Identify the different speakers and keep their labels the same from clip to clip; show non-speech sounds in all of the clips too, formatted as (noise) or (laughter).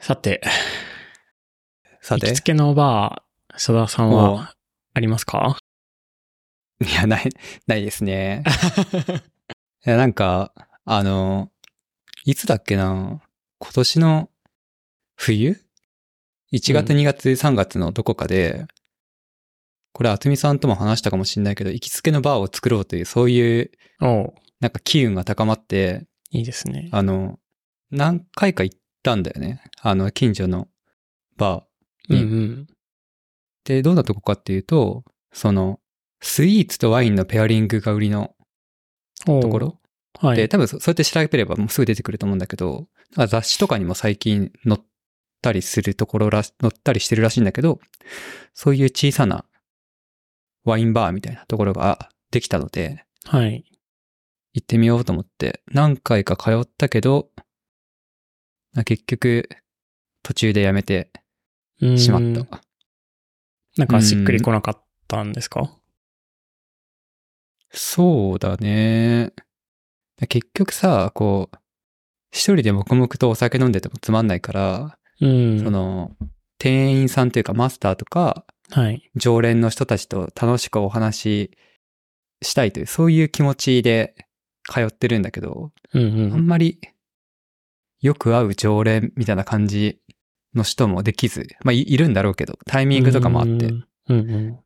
Speaker 1: さて、
Speaker 2: さ
Speaker 1: 行
Speaker 2: て
Speaker 1: きつ。けのバー、佐田さん
Speaker 2: お
Speaker 1: はあります
Speaker 2: (laughs)
Speaker 1: か
Speaker 2: いや、ない、ないですね。
Speaker 1: (laughs)
Speaker 2: いや、なんか、あの、いつだっけな今年の冬 ?1 月、
Speaker 1: うん
Speaker 2: 2月、3月のどこかで、これ、あつみさんとも話したかもしれないけど、行きつけのバーを作ろうという、そういう、
Speaker 1: おう
Speaker 2: なんか機運が高まって、
Speaker 1: いいですね。
Speaker 2: あの、何回か行ったんだよね。あの、近所のバー。
Speaker 1: うん
Speaker 2: ね
Speaker 1: うん。
Speaker 2: で、どんなとこかっていうと、その、スイーツとワインのペアリングが売りの
Speaker 1: おう
Speaker 2: ところ
Speaker 1: は
Speaker 2: で、
Speaker 1: い。
Speaker 2: 多分そそうやって調べればもうすぐ出てくると思うんだけど、なんか雑誌とかにも最近載ったりするところらし、載ったりしてるらしいんだけど、そういう小さなワインバーみたいなところができたので、
Speaker 1: はい。
Speaker 2: 行ってみようと思って、何回か通ったけど、な結局、途中でやめて
Speaker 1: うーん
Speaker 2: しまった。
Speaker 1: なんかしっくりこなかったんですか
Speaker 2: そうだね。結局さ、こう、一人で黙々とお酒飲んでてもつまんないから、
Speaker 1: うん。
Speaker 2: その、店員さんというかマスターとか、
Speaker 1: はい。
Speaker 2: 常連の人たちと楽しくお話ししたいという、そういう気持ちで通ってるんだけど、
Speaker 1: うん
Speaker 2: あ
Speaker 1: うんん。
Speaker 2: まりよく会う常連みたいな感じの人もできず、まあ、いいるんだろうけど、タイミングとかもあって
Speaker 1: う、んうん。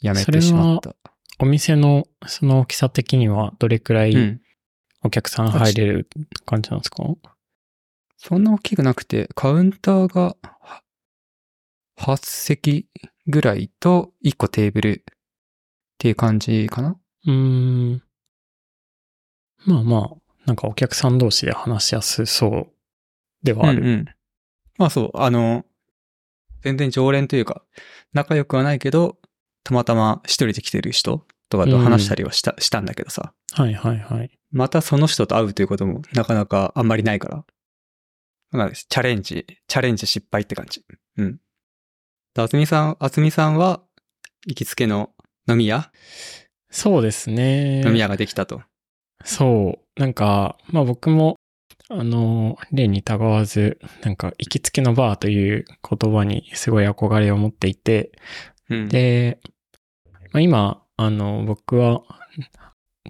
Speaker 2: やめてしまった。
Speaker 1: お店のその大きさ的にはどれくら
Speaker 2: う
Speaker 1: い
Speaker 2: ん。
Speaker 1: お客さん入れる感じなんですか
Speaker 2: そんな大きくなくて、カウンターがは8席ぐらいと1個テーブルっていう感じかな。
Speaker 1: うーん。まあまあ、なんかお客さん同士で話しやすそうではあ
Speaker 2: うん
Speaker 1: る。
Speaker 2: うん。まあそう、あの、全然常連というか、仲良くはないけど、たまたま一人で来てる人とかと話したりはした、したんだけどさ。
Speaker 1: はいはいはい。
Speaker 2: またその人と会うということもなかなかあんまりないから。なんかチャレンジ、チャレンジ失敗って感じ。うん。であつみさん、あつみさんは、行きつけの飲み屋、
Speaker 1: そうですね。
Speaker 2: 飲み屋ができたと。
Speaker 1: そう。なんか、まあ僕も、あの、例にたがわず、なんか、行きつけのバーという言葉にすごい憧れを持っていて、
Speaker 2: うん。
Speaker 1: で、まあ、今、あの、僕は、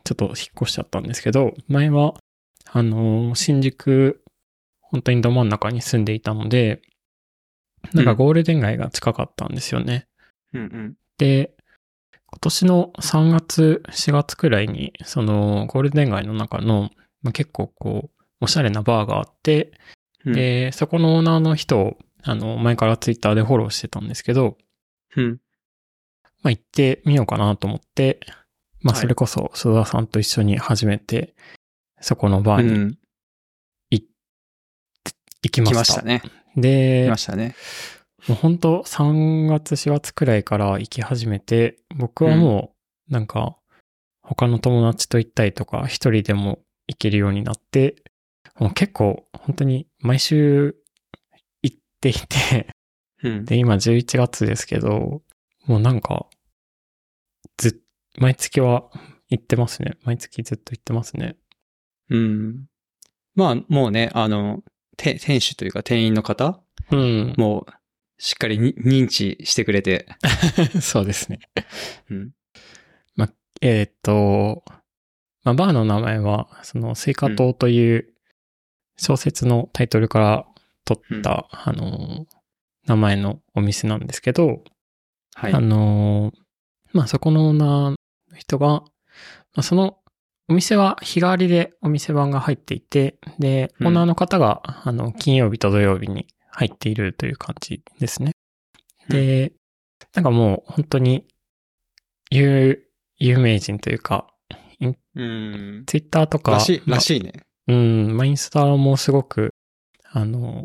Speaker 1: ちょっと引っ越しちゃったんですけど、前は、あの、新宿、本当にど真ん中に住んでいたので、なんかゴールデン街が近かったんですよね。
Speaker 2: うんうん。
Speaker 1: で、今年の3月、4月くらいに、そのゴールデン街の中の、まあ、結構こう、おしゃれなバーがあって、
Speaker 2: うん
Speaker 1: で、そこのオーナーの人を、あの、前からツイッターでフォローしてたんですけど、
Speaker 2: うん。
Speaker 1: まあ、行ってみようかなと思って、まあ、
Speaker 2: はい
Speaker 1: それこそ、須田さんと一緒に始めて、そこのバ
Speaker 2: う
Speaker 1: ーに
Speaker 2: ん。
Speaker 1: 行きまし
Speaker 2: 来
Speaker 1: た。
Speaker 2: ましたね。来
Speaker 1: で
Speaker 2: ま、したね。
Speaker 1: もう本当3月4月くらいから行き始めて、僕はもうなんか他の友達と行ったりとか一人でも行けるようになって、もう結構本当に毎週行っていて、
Speaker 2: うん。
Speaker 1: で今11月ですけど、もうなんかずっ、毎月は行ってますね。毎月ずっと行ってますね。
Speaker 2: うん。まあ、もうね、あの、て店主というか店員の方、
Speaker 1: うん。
Speaker 2: もう、しっかりに認知してくれて、
Speaker 1: (laughs) そうですね。
Speaker 2: うん。
Speaker 1: えーっと、まあ、バーの名前は、その、スイカ島という小説のタイトルから取った、あのー、名前のお店なんですけど、
Speaker 2: はい
Speaker 1: あ。のー、まあ、そこのオーナーの人が、まあ、その、お店は日替わりでお店番が入っていて、で、オ
Speaker 2: うん
Speaker 1: ーナーの方が、あの、金曜日と土曜日に入っているという感じですね。で、なんかもう本当に、有、有名人というか、
Speaker 2: うん。
Speaker 1: ツイッターとか、
Speaker 2: らしい、
Speaker 1: まあ
Speaker 2: らしいね。
Speaker 1: うん、まあ、インスタもすごく、あの、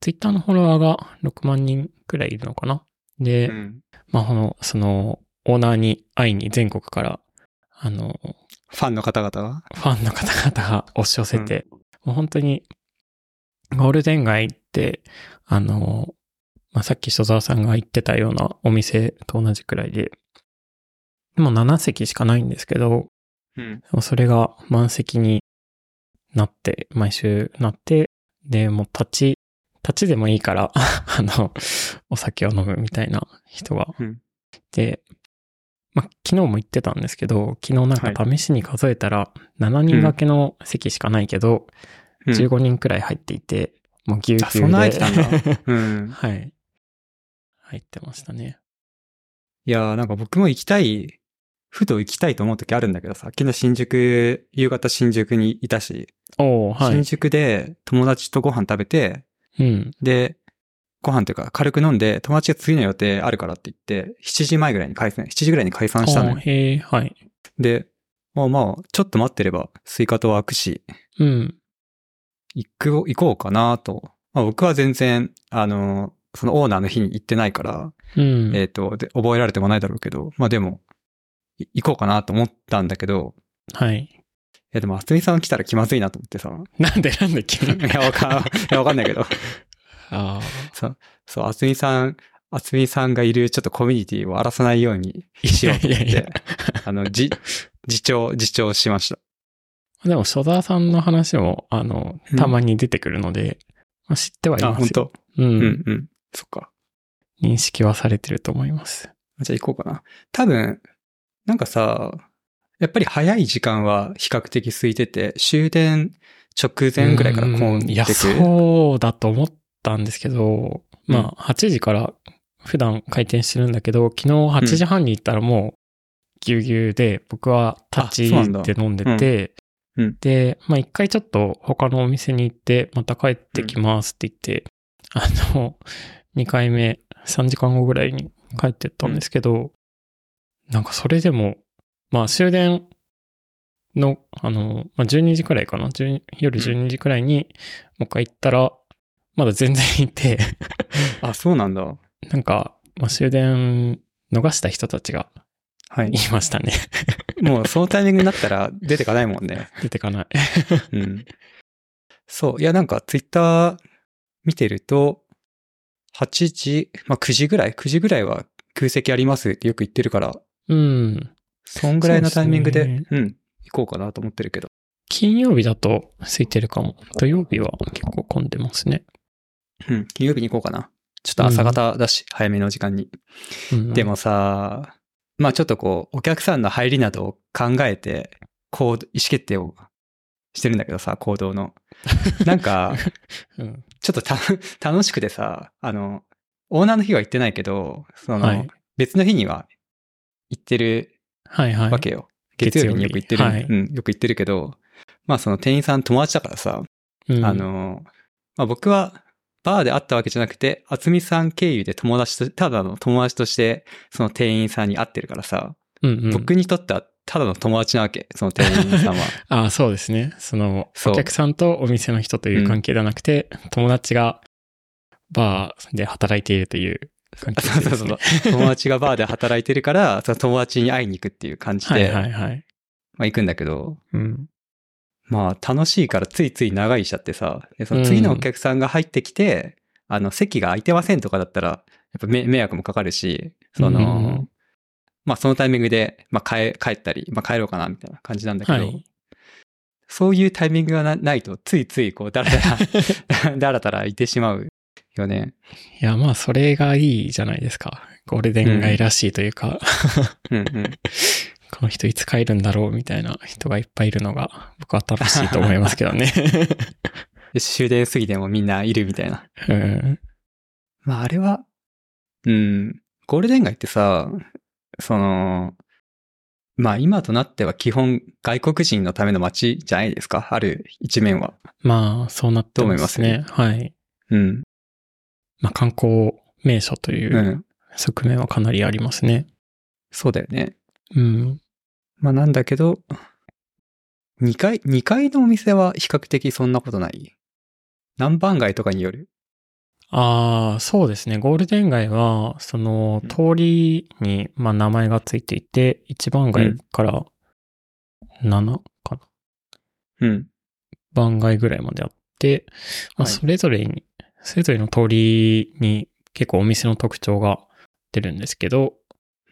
Speaker 1: ツイッターのフォロワーが6万人くらいいるのかな。で、
Speaker 2: うん。
Speaker 1: まあ、この、その、オーナーに会いに全国から、あの、
Speaker 2: ファンの方々が。
Speaker 1: ファンの方々が押し寄せて、もう本当に、ゴールデン街って、あの、まあ、さっき所沢さんが言ってたようなお店と同じくらいで、もう7席しかないんですけど、
Speaker 2: うん。
Speaker 1: もうそれが満席になって、毎週なって、で、もう立ち立ちでもいいから、 (laughs) あの、お酒を飲むみたいな人が
Speaker 2: うん。
Speaker 1: で、まあ、昨日も言ってたんですけど、昨日なんか
Speaker 2: は
Speaker 1: 試しに数えたら、7人掛けの席しかないけど、
Speaker 2: うん
Speaker 1: 15人くらい入っていて、もうぎゅうぎゅうで。
Speaker 2: あ、そんな空いてたんだ。うん。
Speaker 1: (laughs) はい。入ってましたね。
Speaker 2: いやーなんか僕も行きたい、ふと行きたいと思う時あるんだけどさ、昨日新宿、夕方新宿にいたし、
Speaker 1: おー、は
Speaker 2: 新
Speaker 1: い。
Speaker 2: 宿で友達とご飯食べて、
Speaker 1: うん。
Speaker 2: で、ご飯というか軽く飲んで、友達が次の予定あるからって言って、7時前ぐらいに解散、7時ぐらいに解散した
Speaker 1: お
Speaker 2: の
Speaker 1: ー
Speaker 2: よ。
Speaker 1: へえ、はい。
Speaker 2: で、まあまあ、ちょっと待ってれば、スイカとは開くし、
Speaker 1: うん。
Speaker 2: 行く、行こうかなと。まあ僕は全然、あの、そのオーナーの日に行ってないから、
Speaker 1: うん。
Speaker 2: えっ、と、で覚えられてもないだろうけど、まあでも、い行こうかなと思ったんだけど、
Speaker 1: はい。
Speaker 2: いやでも、あつみさん来たら気まずいなと思っ
Speaker 1: (laughs)
Speaker 2: てさ。
Speaker 1: なんでなんで急に。
Speaker 2: いや、わかん、いや、わかんないけど。
Speaker 1: ああ。
Speaker 2: そう、あつみさん、あつみさんがいるちょっとコミュニティを荒らさないようにしようと思っ
Speaker 1: いやいやい
Speaker 2: て、あの、じ、自重、自重しました。
Speaker 1: でも、所沢さんの話も、あの、たまに出てくるので、まあ、知ってはい
Speaker 2: あ、
Speaker 1: ま
Speaker 2: 本
Speaker 1: すよ。
Speaker 2: 当。
Speaker 1: う。
Speaker 2: うんん、うん。そっか。
Speaker 1: 認識はされてると思います。
Speaker 2: じゃあ行こうかな。多分、なんかさ、やっぱり早い時間は比較的空いてて、終電直前ぐらいから混ん
Speaker 1: うんい
Speaker 2: で
Speaker 1: や、
Speaker 2: く
Speaker 1: そうだと思ったんですけど、
Speaker 2: うん
Speaker 1: まあ、8時から普段開店してるんだけど、昨日8時半に行ったらもう、ぎゅうぎゅうで、僕は立
Speaker 2: あそうなんだ
Speaker 1: ちで飲んでて、
Speaker 2: うんうん
Speaker 1: で、まあ一回ちょっと他のお店に行って、また帰ってきますって言って、あの、2回目、3時間後ぐらいに帰ってったんですけど、なんかそれでも、まあ終電の、あの、まあ、12時くらいかな、12夜12時くらいにもう一回行ったら、まだ全然いて、 (laughs)
Speaker 2: あ、そうなんだ。
Speaker 1: なんか、まあ、終電逃した人たちが
Speaker 2: はい
Speaker 1: い。ましたね。
Speaker 2: もうそのタイミングになったら出てかないもん
Speaker 1: (laughs)
Speaker 2: ね。
Speaker 1: 出てかない。
Speaker 2: うん。そう。いや、なんかツイッター見てると、8時、まあ9時ぐらい ?9 時ぐらいは空席ありますってよく言ってるから、
Speaker 1: うん。
Speaker 2: そんぐらいのタイミングで、
Speaker 1: そうです
Speaker 2: うん、行こうかなと思ってるけど。
Speaker 1: 金曜日だと空いてるかも。土曜日は結構混んでますね。
Speaker 2: うん、金曜日に行こうかな。ちょっと朝方だし、早めの時間に。
Speaker 1: うん、
Speaker 2: でもさ、まあちょっとこう、お客さんの入りなどを考えて、行動、意思決定をしてるんだけどさ、行動 (laughs) の。なんか、
Speaker 1: うん、
Speaker 2: ちょっとた楽しくてさ、あの、オーナーの日は行ってないけど、その、
Speaker 1: はい
Speaker 2: 別の日には行ってる
Speaker 1: はいはい。
Speaker 2: わけよ。月曜日によく行ってる、
Speaker 1: 月曜日はい
Speaker 2: うん、よく行ってるけど、まあその店員さん友達だからさ、
Speaker 1: うん
Speaker 2: あ、の、まあ、僕はバーで会ったわけじゃなくて、厚みさん経由で友達と、ただの友達として、その店員さんに会ってるからさ、
Speaker 1: うんうん、
Speaker 2: 僕にとってはただの友達なわけ、その店員
Speaker 1: (laughs)
Speaker 2: さんは。
Speaker 1: ああ、そうですね。その、
Speaker 2: そう
Speaker 1: お客さんとお店の人という関係ではなくて、友達がバーで働いているという関係
Speaker 2: そう
Speaker 1: 性
Speaker 2: そ
Speaker 1: で
Speaker 2: う
Speaker 1: すね
Speaker 2: そう。。友達がバーで働いてるから、その友達に会いに行くっていう感
Speaker 1: (laughs)
Speaker 2: じ
Speaker 1: は
Speaker 2: で、
Speaker 1: いはいはい。
Speaker 2: まあ、行くんだけど、
Speaker 1: うん。
Speaker 2: まあ楽しいからついつい長いしちゃってさ、でその次のお客さんが入ってきて、あの席が空いてませんとかだったら、やっぱめ迷惑もかかるし、その、
Speaker 1: うんうんうん
Speaker 2: まあそのタイミングで、まあ帰帰ったり、まあ帰ろうかなみたいな感じなんだけど、
Speaker 1: はい。
Speaker 2: そういうタイミングがなないと、ついついこう、だら (laughs) だら、だらだらいてしまうよね。
Speaker 1: いや、まあ、それがいいじゃないですか。ゴールデン街らしいという (laughs) か、
Speaker 2: うんうん。
Speaker 1: この人いつ帰るんだろうみたいな人がいっぱいいるのが、僕は楽しいと思いますけど
Speaker 2: (laughs)
Speaker 1: ね。
Speaker 2: で終電過ぎてもみんないるみたいな。
Speaker 1: うん。
Speaker 2: まああれは、うん、ゴールデン街ってさ、その、まあ今となっては基本外国人のための街じゃないですか、ある一面は。
Speaker 1: まあ、そうなってますね。
Speaker 2: ど
Speaker 1: はい。
Speaker 2: うん、、
Speaker 1: まあ、観光名所といううん側面はかなりありますね。
Speaker 2: そうだよね。
Speaker 1: うん。
Speaker 2: まあなんだけど、2階、二階のお店は比較的そんなことない。南蛮街とかによる。
Speaker 1: ああ、そうですね。ゴールデン街は、その
Speaker 2: うん
Speaker 1: 通りに、まあ、名前がついていて、一番街から7かな。
Speaker 2: うん、
Speaker 1: 番街ぐらいまであって、まあ、
Speaker 2: はい
Speaker 1: それぞれに、それぞれの通りに結構お店の特徴が出るんですけど、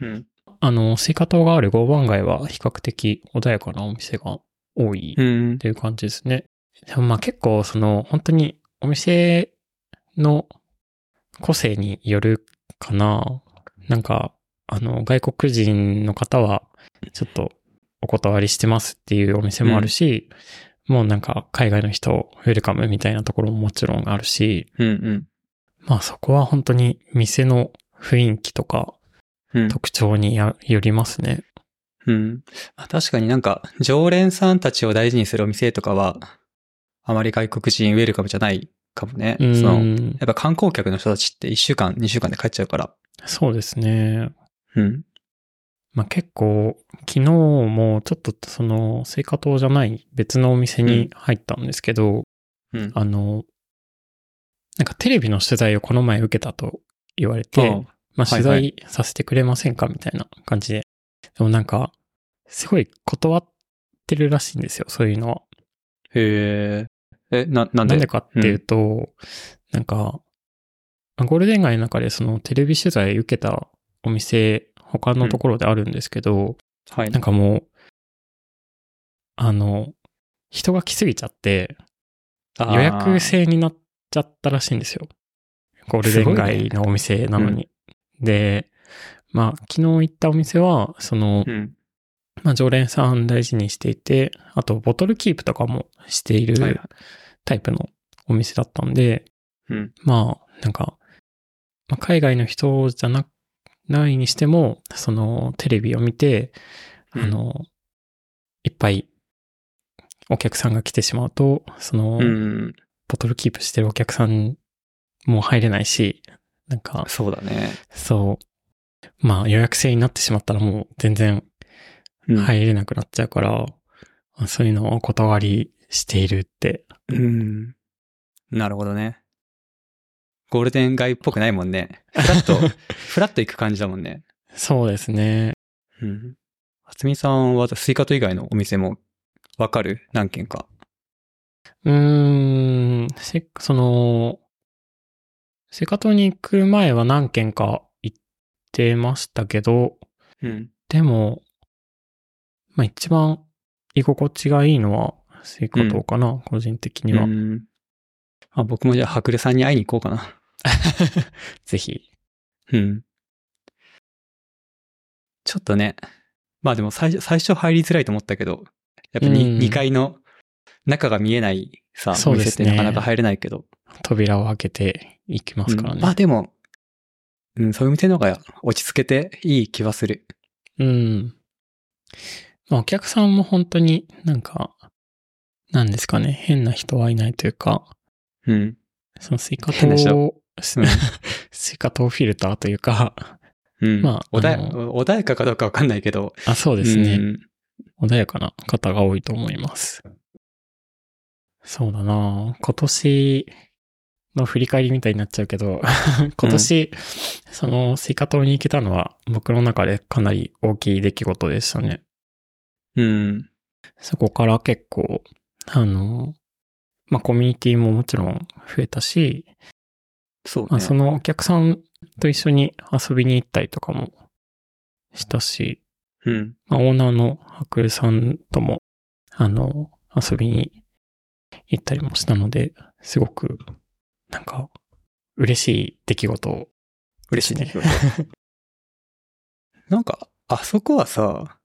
Speaker 2: うん、
Speaker 1: あの、スイカ島がある五番街は比較的穏やかなお店が多い
Speaker 2: うん
Speaker 1: っ、ていう感じですね。でもまあ結構その本当にお店の個性によるかな。なんか、あの、外国人の方は、ちょっとお断りしてますっていうお店もあるし、もうなんか海外の人をウェルカムみたいなところももちろんあるし、
Speaker 2: うん
Speaker 1: まあそこは本当に店の雰囲気とか
Speaker 2: うん。うん
Speaker 1: 特徴にやよりますね。
Speaker 2: うん。まあ確かになんか、常連さんたちを大事にするお店とかは、あまり外国人ウェルカムじゃないかもね。
Speaker 1: うん、
Speaker 2: そ
Speaker 1: そ
Speaker 2: の、やっぱ観光客の人たちって1週間、2週間で帰っちゃうから。
Speaker 1: うですね。
Speaker 2: うん。
Speaker 1: まあ結構、昨日もちょっとその、聖火島じゃない別のお店に入ったんですけど、
Speaker 2: うん。
Speaker 1: あの、なんかテレビの取材をこの前受けたと言われて、
Speaker 2: うん
Speaker 1: まあ
Speaker 2: はい
Speaker 1: 取
Speaker 2: はい
Speaker 1: 材させてくれませんかみたいな感じで。でもなんか、すごい断ってるらしいんですよ、そういうのは。
Speaker 2: へえ。え、な、な
Speaker 1: な
Speaker 2: んで
Speaker 1: んでかっていうと、なんか、ゴールデン街の中でそのテレビ取材受けたお店、他のところであるんですけど、
Speaker 2: はい
Speaker 1: な。んかもう、あの、人が来すぎちゃって、
Speaker 2: あー
Speaker 1: 予約制になっちゃったらしいんですよ。ゴールデン街のお店なのに。で、まあ、昨日行ったお店は、その、
Speaker 2: うん。
Speaker 1: まあ、常連さん大事にしていて、あと、ボトルキープとかもしてい
Speaker 2: はい
Speaker 1: る
Speaker 2: は
Speaker 1: タイプのお店だったんで、
Speaker 2: うん
Speaker 1: まあ、なんか、まあ、海外の人じゃな、ないにしても、その、テレビを見て、
Speaker 2: うん
Speaker 1: あの、いっぱい、お客さんが来てしまうと、その、
Speaker 2: うん。
Speaker 1: ボトルキープしてるお客さんも入れないし、なんか、
Speaker 2: そうだね。
Speaker 1: そう、まあ予約制になってしまったらもう全然
Speaker 2: うん
Speaker 1: 入れなくなっちゃうから、そういうのをお断りしているって。
Speaker 2: うん。なるほどね。ゴールデン街っぽくないもんね。フラ
Speaker 1: (laughs)
Speaker 2: ッと、フラッと行く感じだもんね。
Speaker 1: そうですね。
Speaker 2: うん。あつみさんはスイカと以外のお店もわかる何軒か。
Speaker 1: うーん、せその、セカトに行く前は何軒か行ってましたけど、
Speaker 2: うん。
Speaker 1: でも、まあ一番居心地がいいのは、セイコ島かな、個人的には。
Speaker 2: うんあ僕もじゃあ、はくるさんに会いに行こうかな。
Speaker 1: (laughs) ぜひ。
Speaker 2: うん。ちょっとね。まあでも最初、最初入りづらいと思ったけど、やっぱり
Speaker 1: うん
Speaker 2: 2, 階の中が見えないさ、
Speaker 1: そ
Speaker 2: お
Speaker 1: うで
Speaker 2: 店っ
Speaker 1: す
Speaker 2: て
Speaker 1: ね
Speaker 2: なかなか入れないけど。
Speaker 1: 扉を開けていきますから
Speaker 2: う
Speaker 1: ね
Speaker 2: ん。まあでも、うん、そういう店の方が落ち着けていい気はする。
Speaker 1: うん。まあ、お客さんも本当になんか、なんですかね、変な人はいないというか、
Speaker 2: うん。
Speaker 1: そのスイカ
Speaker 2: 変な人
Speaker 1: 糖、
Speaker 2: うん
Speaker 1: (laughs) スイカ糖フィルターというか、
Speaker 2: うん。
Speaker 1: まあ
Speaker 2: 穏や
Speaker 1: あの
Speaker 2: 穏やかかどうかわかんないけど。
Speaker 1: あ、そうですね、
Speaker 2: ん
Speaker 1: 穏やかな方が多いと思います。そうだな今年の振り返りみたいになっちゃうけど、 (laughs) 今年、そのスイカ糖に行けたのは僕の中でかなり大きい出来事でしたね。
Speaker 2: うん。
Speaker 1: そこから結構、あの、まあ、コミュニティももちろん増えたし、
Speaker 2: そうね。
Speaker 1: まあ、そのお客さんと一緒に遊びに行ったりとかもしたし、
Speaker 2: うん。
Speaker 1: まあ、オーナーの白ルさんとも、あの、遊びに行ったりもしたので、すごく、なんか、嬉しい出来事
Speaker 2: 嬉しいね。 (laughs) なんか、あそこはさ、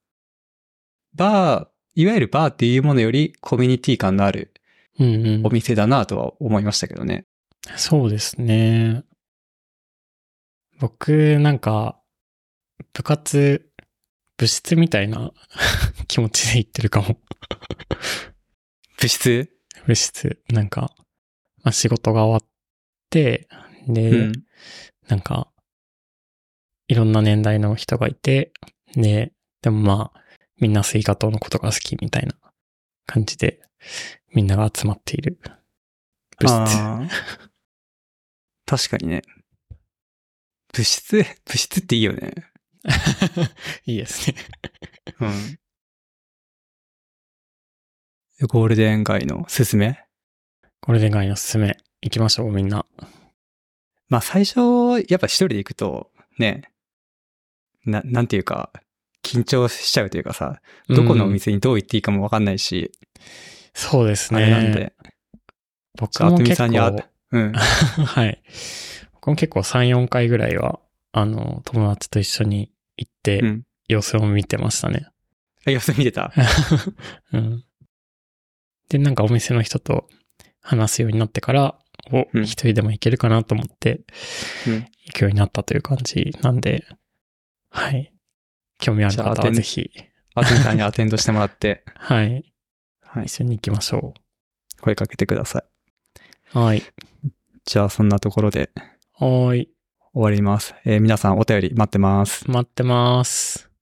Speaker 2: バー、いわゆるバーっていうものよりコミュニティ感のある
Speaker 1: うんう
Speaker 2: お
Speaker 1: ん。
Speaker 2: 店だなとは思いましたけどね。
Speaker 1: そうですね。僕、なんか、部活、部室みたいな (laughs) 気持ちで行ってるかも。
Speaker 2: 物質
Speaker 1: 部室。なんか、まあ、仕事が終わって、で、
Speaker 2: うん。
Speaker 1: なんか、いろんな年代の人がいて、で、でもまあ、みんなスイカ島のことが好きみたいな感じで、みんなが集まっている部室。
Speaker 2: あー (laughs) 確かにね。物質、物質っていいよね。
Speaker 1: (laughs) いいですね。
Speaker 2: うん。ゴールデン街のすすめ
Speaker 1: これで外のすすめ。行きましょう、みんな。
Speaker 2: まあ最初、やっぱ一人で行くと、ね、な、なんていうか、緊張しちゃうというかさ、どこのお
Speaker 1: うん
Speaker 2: 店にどう行っていいかもわかんないし、
Speaker 1: そうです
Speaker 2: あ
Speaker 1: ね。
Speaker 2: れなんで、
Speaker 1: 僕
Speaker 2: あ
Speaker 1: も
Speaker 2: とみ
Speaker 1: 結
Speaker 2: さんにあ
Speaker 1: 構、
Speaker 2: う
Speaker 1: (laughs)
Speaker 2: ん。
Speaker 1: はい。僕も結構3、4回ぐらいは、あの、友達と一緒に行って
Speaker 2: う、ん。
Speaker 1: 様子を見てましたね。 (laughs)
Speaker 2: あ、様子見てた。
Speaker 1: うん。で、なんかお店の人と話すようになってから、お、
Speaker 2: うん
Speaker 1: 一人でも行けるかなと思って、
Speaker 2: うん
Speaker 1: 行くようになったという感じなんで、はい。興味ある
Speaker 2: じゃあ
Speaker 1: 方
Speaker 2: アテ
Speaker 1: は
Speaker 2: ン
Speaker 1: ぜひ、
Speaker 2: あずみさんにアテンドしてもらって、
Speaker 1: はい。
Speaker 2: (laughs) はい
Speaker 1: 一緒に行きましょ
Speaker 2: 声かけてください。
Speaker 1: う。はい。
Speaker 2: じゃあ、そんなところで
Speaker 1: はーい。
Speaker 2: 終わります。えー皆さんお便り待ってます。
Speaker 1: 待ってます。